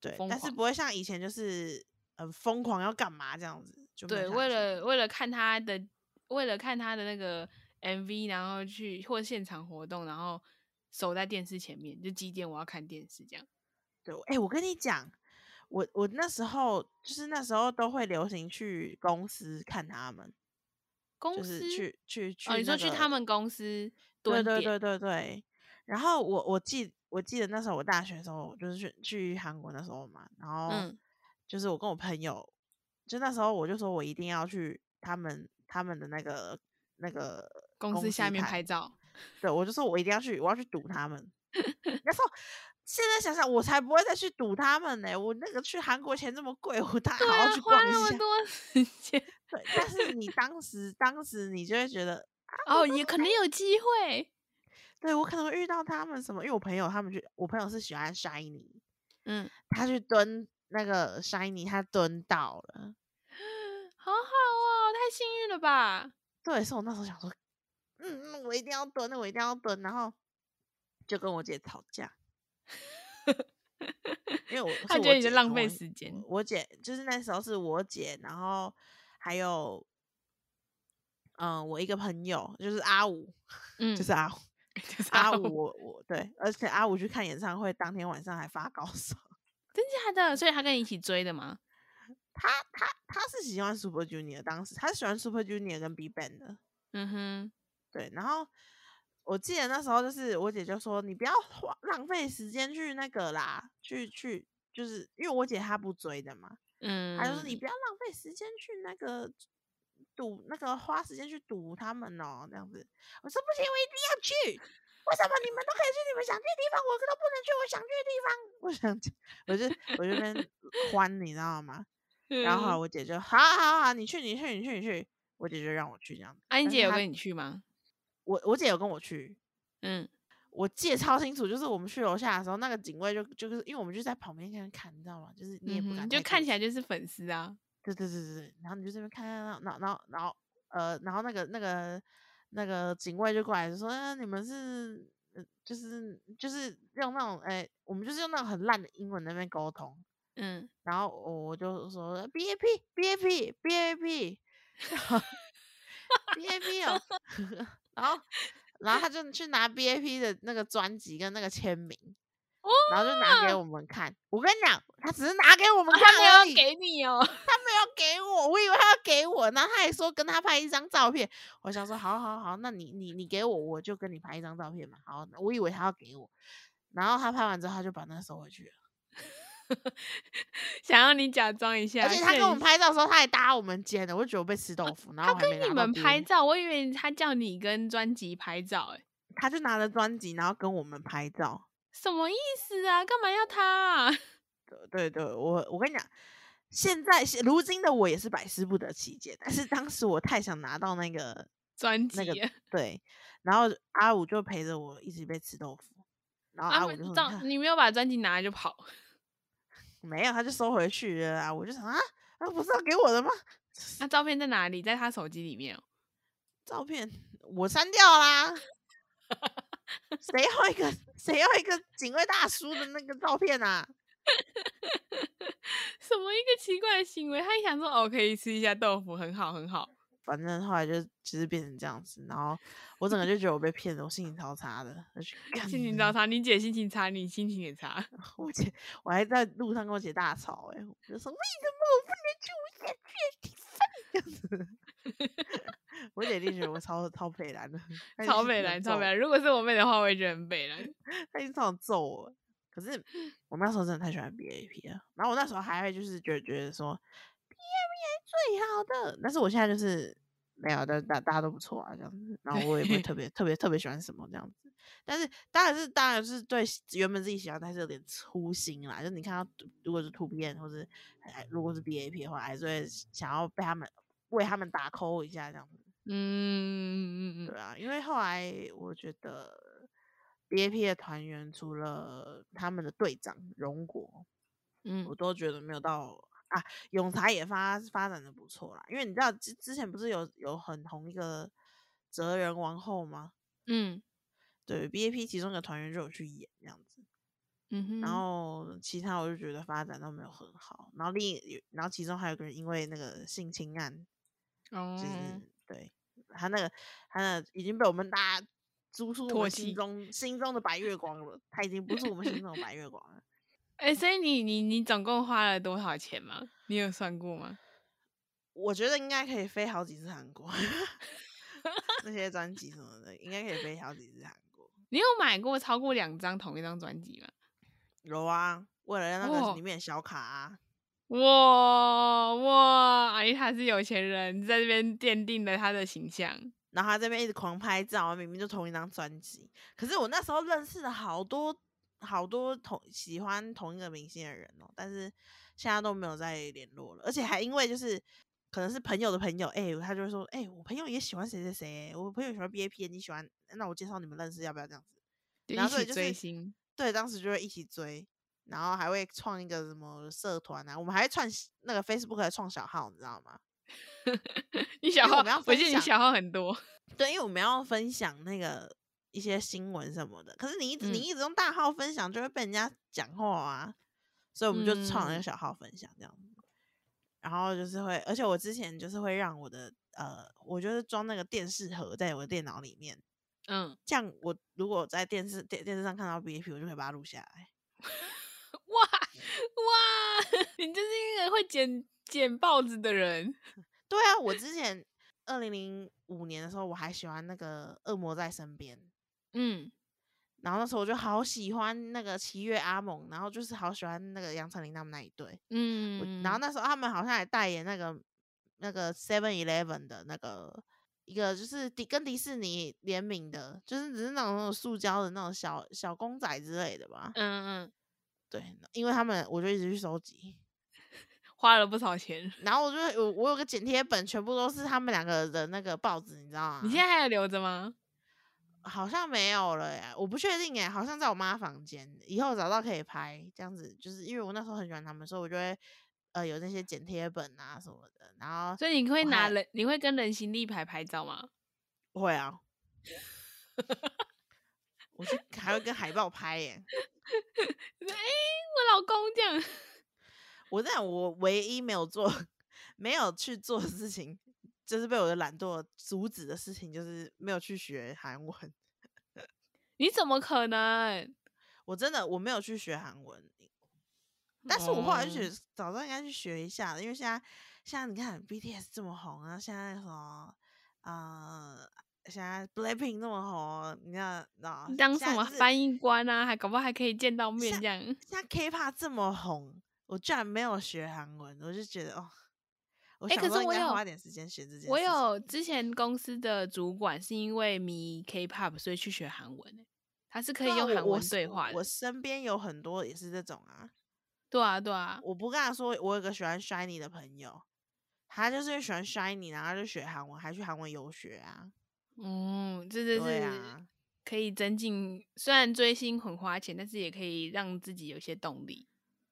S2: 对
S1: 疯，
S2: 但是
S1: 狂
S2: 不会像以前就是很疯狂要干嘛这样子，就没有
S1: 对，
S2: 像
S1: 为
S2: 以前
S1: 了为了看他的，为了看他的那个 MV，然后去或现场活动，然后守在电视前面，就几点我要看电视这样。
S2: 对，哎、我跟你讲，我我那时候就是那时候都会流行去公司看他们。
S1: 公
S2: 就
S1: 司
S2: 是去去去、
S1: 哦，你说去他们公
S2: 司？
S1: 司
S2: 对
S1: 蹲
S2: 对
S1: 点，
S2: 对对对。然后我我记我记得那时候我大学的时候，我就是去去韩国那时候嘛，然后
S1: 嗯
S2: 就是我跟我朋友，就那时候我就说我一定要去他们他们的那个那个
S1: 公司下面拍
S2: 看，
S1: 照。
S2: 对我就说我一定要去，我要去堵他 们。然后现在想想，我才不会再去堵他们呢、我那个去韩国钱这么贵，我当然
S1: 对
S2: 好
S1: 啊
S2: 好去，
S1: 花
S2: 逛一
S1: 那
S2: 下
S1: 么。多时 间，
S2: 对，但是你当时当时你就会觉得
S1: 哦，也可能有机会。
S2: 对我可能会遇到他们什么，因为我朋友他们去，我朋友是喜欢 Shiny，
S1: 嗯，
S2: 他去蹲那个 Shiny，他蹲到了。
S1: 好好哦，太幸运了吧？
S2: 对，是我那时候想说，嗯，嗯我一定要蹲，我一定要蹲，然后就跟我姐吵架，因为我
S1: 他
S2: 是
S1: 觉得
S2: 我
S1: 你在
S2: 姐
S1: 浪
S2: 跟
S1: 费
S2: 我
S1: 时间。
S2: 我姐就是那时候是我姐，然后还有，嗯、我一个朋友就是阿五，
S1: 嗯，
S2: 就是阿五，
S1: 就是
S2: 阿
S1: 阿
S2: 五，我我对，而且阿五去看演唱会当天晚上还发高烧。
S1: 真假的？所以他跟你一起追的吗？
S2: 他他他是喜欢 Super Junior，当时他是喜欢 Super Junior 跟 Big Bang 的，
S1: 嗯哼，
S2: 对。然后我记得那时候就是我姐就说：“你不要花浪费时间去那个啦，去去就是因为我姐她不追的嘛，
S1: 嗯，
S2: 她就说你不要浪费时间去那个赌那个花时间去赌他们哦，这样子。”我说：“不行，我一定要去。”为什么你们都可以去你们想去的地方，我都不能去我想去的地方？ 我想去，我就我就在那边 欢，你知道吗？
S1: 嗯，
S2: 然后后来我姐就好啊好好好，你去你去你去你去，我姐就让我去这样子。
S1: 安
S2: 但
S1: 姐
S2: 是
S1: 有
S2: 她
S1: 跟你去吗？
S2: 我我姐有跟我去，
S1: 嗯，
S2: 我记得超清楚，就是我们去楼下的时候，那个警卫就就是因为我们就在旁边看看，你知道吗？就是你也
S1: 嗯
S2: 不
S1: 哼
S2: 敢、
S1: 就看起来，就是粉丝啊。
S2: 对对对对对，然后你就这边看，看看然后然后然后呃，然后那个那个那个警卫就过来就说，嗯、你们是。呃就是就是用那种哎、我们就是用那种很烂的英文在那边沟通，
S1: 嗯，
S2: 然后我我就说 B A P B A P B A P B A P 哦， 然后然后他就去拿 B A P 的那个专辑跟那个签名，
S1: 哦，
S2: 然后就拿给我们看。我跟你讲，他只是拿给我们
S1: 啊
S2: 看
S1: 他没有
S2: 而
S1: 要
S2: 已，
S1: 给你哦。
S2: 他没有给我，我以为他要给我，然后他还说跟他拍一张照片。我想说，好好好，那你你你给我，我就跟你拍一张照片嘛。好，我以为他要给我，然后他拍完之后他就把那收回去了。
S1: 想要你假装一下，
S2: 而且他
S1: 骗
S2: 跟我
S1: 一
S2: 们拍照的时候，他还搭我们肩的，我就觉得我被吃豆腐。然后
S1: 他
S2: 我还没
S1: 跟你
S2: 拿到
S1: 们
S2: 丢
S1: 拍，照，我以为他叫你跟专辑拍照、欸，
S2: 他就拿着专辑，然后跟我们拍照。
S1: 什么意思啊？干嘛要他、啊？
S2: 对对，我我跟你讲，现在现如今的我也是百思不得其解，但是当时我太想拿到那个
S1: 专辑啊
S2: 那个
S1: 了
S2: 对，然后阿五就陪着我一直被吃豆腐，然后
S1: 啊
S2: 阿
S1: 不
S2: 五就说：“
S1: 照
S2: 你看
S1: 你没有把专辑拿来就跑，
S2: 没有，他就收回去了啊。”我就想啊，那不是要给我的吗？
S1: 那、照片在哪里？在他手机里面、哦。
S2: 照片我删掉 啦。谁要一个谁要一个警卫大叔的那个照片啊？
S1: 什么一个奇怪的行为？他一想说哦，可以吃一下豆腐，很好很好。
S2: 反正后来就就是变成这样子，然后我整个就觉得我被骗了，我心情超差的。我去 干
S1: 心情
S2: 你
S1: 超差，你姐心情差，你心情也差。
S2: 我姐，我还在路上跟我姐大吵、欸，哎，我就说为什么我不能去我想去的地方？ 这样子。我姐一定觉得我超超北蓝的，她一定
S1: 超
S2: 是
S1: 北
S2: 想
S1: 蓝，超
S2: 揍
S1: 北蓝。如果是我妹的话，我也觉得很北蓝。
S2: 他一直想揍我。可是我那时候真的太喜欢 BAP 了，然后我那时候还会就是觉得觉得说 BAP 最好的，但是我现在就是没有，但大大家都不错啊这样子，然后我也不会特别特别特别喜欢什么这样子，但是当然是当然是对喜原本自己喜欢，但是有点粗心啦，就你看到如果是突变或是还如果是 BAP 的话，还是会想要被他们为他们打 call 一下这样子。
S1: 嗯嗯嗯嗯
S2: 对
S1: 嗯，
S2: 啊，因为后来我觉得 BAP 的团员除了他们的队长荣国，
S1: 嗯
S2: 我都觉得没有到啊，永才也发发展的不错啦。因为你知道之之前不是有有很红一个哲人王后吗？
S1: 嗯
S2: 对，BAP 其中一个团员就有去演这样子，
S1: 嗯哼，
S2: 然后其他我就觉得发展都没有很好。然后另一然后其中还有一个人因为那个性侵案就是、
S1: 哦，
S2: 对他那个他那个已经被我们大家逐出我
S1: 唾
S2: 们
S1: 弃
S2: 心中心中的白月光了，他已经不是我们心中的白月光了。
S1: 哎、所以你你你总共花了多少钱吗？你有算过吗？
S2: 我觉得应该可以飞好几次韩 国， 那些专辑什么的，应该可以飞好几次韩国。
S1: 你有买过超过两张同一张专辑吗？
S2: 有啊，为了那个
S1: 哇
S2: 里面的小卡、啊，
S1: 哇哇，阿丽塔哎是有钱人，在这边奠定了他的形象。
S2: 然后他这边一直狂拍照，明明就同一张专辑。可是我那时候认识了好多好多同喜欢同一个明星的人哦，但是现在都没有再联络了，而且还因为就是可能是朋友的朋友，哎、他就会说，哎、我朋友也喜欢谁谁谁，我朋友喜欢 BAP，你喜欢，那我介绍你们认识，要不要这样子？
S1: 就
S2: 然
S1: 一
S2: 后所以
S1: 起
S2: 就是
S1: 追星，
S2: 对，当时就会一起追，然后还会创一个什么社团啊，我们还会创那个 Facebook 还创小号，你知道吗？
S1: 你小
S2: 因为我
S1: 号
S2: 们要，
S1: 我
S2: 分
S1: 记得你
S2: 享
S1: 小号很多。
S2: 对，因为我们要分享那个一些新闻什么的，可是你一直、你
S1: 嗯
S2: 一直用大号分享，就会被人家讲话啊，所以我们就创了
S1: 嗯
S2: 一个小号分享这样子。然后就是会，而且我之前就是会让我的呃，我就是装那个电视盒在我的电脑里面，
S1: 嗯，
S2: 这样我如果在电视电电视上看到 BAP，我就可以把它录下来。
S1: 哇哇， 你就是一个会捡捡报纸的人。
S2: 对啊，我之前二零零五年的时候，我还喜欢那个《恶魔在身边》，
S1: 嗯，
S2: 然后那时候我就好喜欢那个七月阿蒙，然后就是好喜欢那个杨丞琳他们那一对。我
S1: 嗯，
S2: 然后那时候他们好像也代言那个那个 Seven Eleven 的那个一个就是迪跟迪士尼联名的，就是只是那种那种塑胶的那种小小公仔之类的吧。
S1: 嗯嗯，
S2: 对，因为他们我就一直去收集，
S1: 花了不少钱。
S2: 然后我就我我有个剪贴本，全部都是他们两个的那个报纸，你知道吗？
S1: 你现在还有留着吗？
S2: 好像没有了耶，我不确定哎，好像在我妈房间。以后找到可以拍这样子，就是因为我那时候很喜欢他们，所以我就会呃有那些剪贴本啊什么的，然后
S1: 所以你会
S2: 我
S1: 拿
S2: 还
S1: 人，你会跟人形立牌拍照吗？
S2: 会啊，我去还会跟海报拍耶。
S1: 哎、我老公这样，
S2: 我在我唯一没有做 没有去做的事情，就是被我的懒惰阻止的事情，就是没有去学韩文。
S1: 你怎么可能？
S2: 我真的我没有去学韩文，但是我后来就觉
S1: 哦
S2: 得早知道应该去学一下的，因为现在现在你看 BTS 这么红，然后现在什么呃，现在 Blackpink 那么红，你看，那
S1: 你当什么
S2: 译？
S1: 翻译官啊，还搞不好还可以见到面
S2: 像
S1: 这样。
S2: 现在 K-pop 这么红，我居然没有学韩文，我就觉得哦，我
S1: 诶
S2: 想
S1: 可是
S2: 说应
S1: 我
S2: 该
S1: 有
S2: 花点时间学这件事情。
S1: 我有之前公司的主管是因为迷 K-pop 所以去学韩文、欸，他是可以
S2: 对啊
S1: 用
S2: 我
S1: 韩
S2: 我
S1: 文
S2: 是
S1: 对话
S2: 我
S1: 的。
S2: 身边有很多也是这种啊，
S1: 对啊，对啊，
S2: 我不跟他说，我有个喜欢 Shiny 的朋友，他就是因为喜欢 Shiny，然后他就学韩文，还去韩文游学啊。
S1: 嗯，这就
S2: 对
S1: 是
S2: 啊，
S1: 可以增进，虽然追星很花钱，但是也可以让自己有一些动力。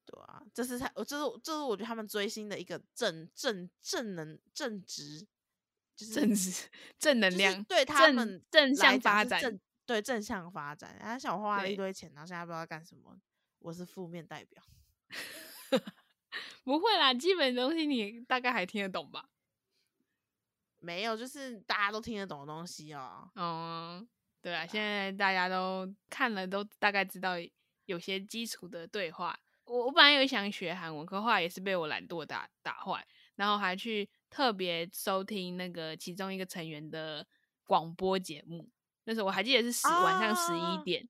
S2: 对啊，这是他，这是我这是我觉得他们追星的一个正正正能正直，就是
S1: 正直、正能
S2: 嗯就是
S1: 量，
S2: 对他
S1: 正
S2: 们
S1: 正
S2: 来
S1: 向
S2: 讲
S1: 发
S2: 是
S1: 展。
S2: 正对正向发展。然后像我花了一
S1: 对
S2: 堆钱，然后现在不知道干什么，我是负面代表。
S1: 不会啦，基本东西你大概还听得懂吧？
S2: 没有，就是大家都听得懂的东西哦。
S1: 哦，对啊，现在大家都看了，都大概知道有些基础的对话。我我本来有想学韩文，可后来也是被我懒惰打打坏，然后还去特别收听那个其中一个成员的广播节目，那时候我还记得是十、晚上十一
S2: 啊
S1: 点，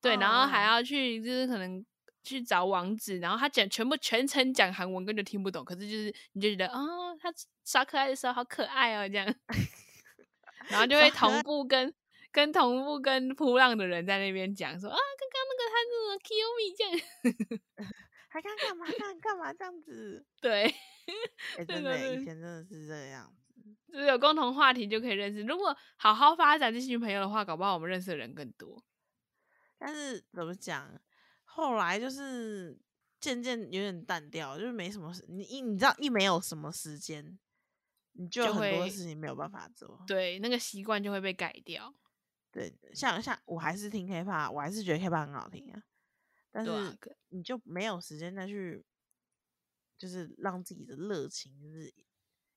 S1: 对，然后还
S2: 嗯
S1: 要去就是可能去找网址，然后他讲全部全程讲韩文，根本就听不懂，可是就是你就觉得哦，他耍可爱的时候好可爱哦这样， 然后就会
S2: 耍可
S1: 同
S2: 爱
S1: 步跟。跟同步跟扑浪的人在那边讲说啊，刚刚那个他是什么 k i m i 这样，
S2: 还干干嘛干干嘛这样子？
S1: 对，
S2: 哎、
S1: 对对
S2: 真的欸，
S1: 对
S2: 以前真的是这个样子。
S1: 就是有共同话题就可以认识。如果好好发展这群朋友的话，搞不好我们认识的人更多。
S2: 但是怎么讲，后来就是渐渐有点淡掉，就是没什么事。你一你知道一没有什么时间，你就
S1: 就
S2: 有很多
S1: 会
S2: 事情没有办法做。
S1: 对，那个习惯就会被改掉。
S2: 对，像像我还是听 K-pop，我还是觉得 K-pop 很好听啊，但
S1: 对啊
S2: 是
S1: 可
S2: 你就没有时间再去，就是让自己的热情就是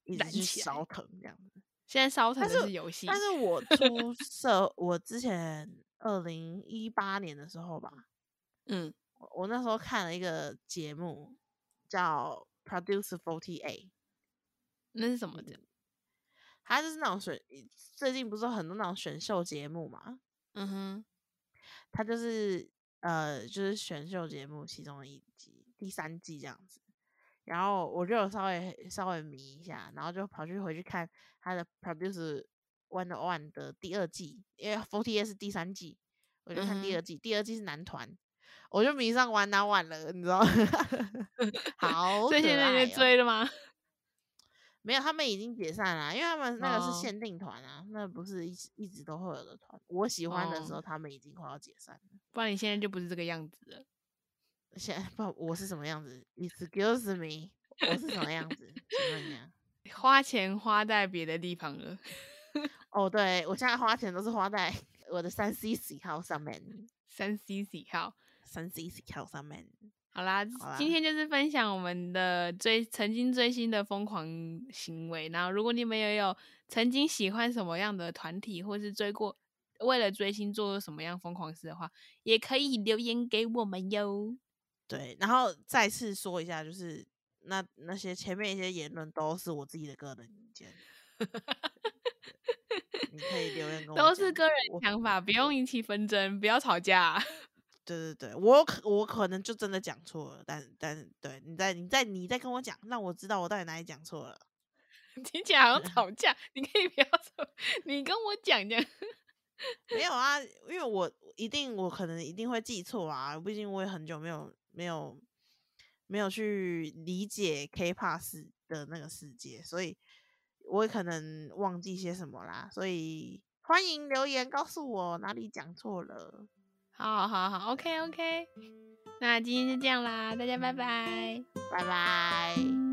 S2: 一直
S1: 燃
S2: 去
S1: 起来
S2: 烧腾这样子。
S1: 现在烧腾
S2: 但
S1: 的
S2: 是
S1: 是游戏，
S2: 但是我出社，我之前二零一八年的时候吧，
S1: 嗯，
S2: 我我那时候看了一个节目叫 Produce Forty Eight，
S1: 那是什
S2: 嗯
S1: 么的？
S2: 它就是那种选，最近不是有很多那种选秀节目嘛，
S1: 嗯哼，
S2: 它就是呃就是选秀节目其中的一集，第三季这样子。然后我就有稍微稍微迷一下，然后就跑去回去看它的 Produce One One 的第二季，因为 Forty Eight 是第三季，我就
S1: 嗯
S2: 看第二季，第二季是男团。我就迷上 One One 了，你 知道吗？ 好可爱哦，
S1: 所以现在你在追了吗？
S2: 没有，他们已经解散了，因为他们那个
S1: 哦
S2: 是限定团啊，那不是一直一直都会有的团。我喜欢的时
S1: 哦
S2: 候，他们已经快要解散了。
S1: 不然你现在就不是这个样子了。
S2: 现在不，我是什么样子？Excuse me，我是什么样子？请问一啊下。
S1: 花钱花在别的地方了，
S2: 哦，对我现在花钱都是花在我的三 C 喜好上面，
S1: 三 C 喜好。
S2: 三 C 喜好上面。
S1: 好啦，
S2: 好啦
S1: 今天就是分享我们的追曾经追星的疯狂行为。然后，如果你们也有曾经喜欢什么样的团体，或是追过为了追星做过什么样疯狂事的话，也可以留言给我们哟。
S2: 对，然后再次说一下，就是那那些前面一些言论都是我自己的个人意见。你可以留言跟我
S1: 都是
S2: 讲
S1: 个人
S2: 我
S1: 想法，不用引起纷争，不要吵架。啊
S2: 对对对，我有可我可能就真的讲错了，但但是对你再你再你再跟我讲，让我知道我到底哪里讲错了。
S1: 听起来好像吵架，你可以不要吵，你跟我讲讲。
S2: 没有啊，因为我一定我可能一定会记错啊，毕竟我也很久没有没有没有去理解 K-pop 世的那个世界，所以我也可能忘记些什么啦。所以欢迎留言告诉我哪里讲错了，
S1: 好好好，OK OK，那今天就这样啦，大家拜拜。
S2: 拜拜。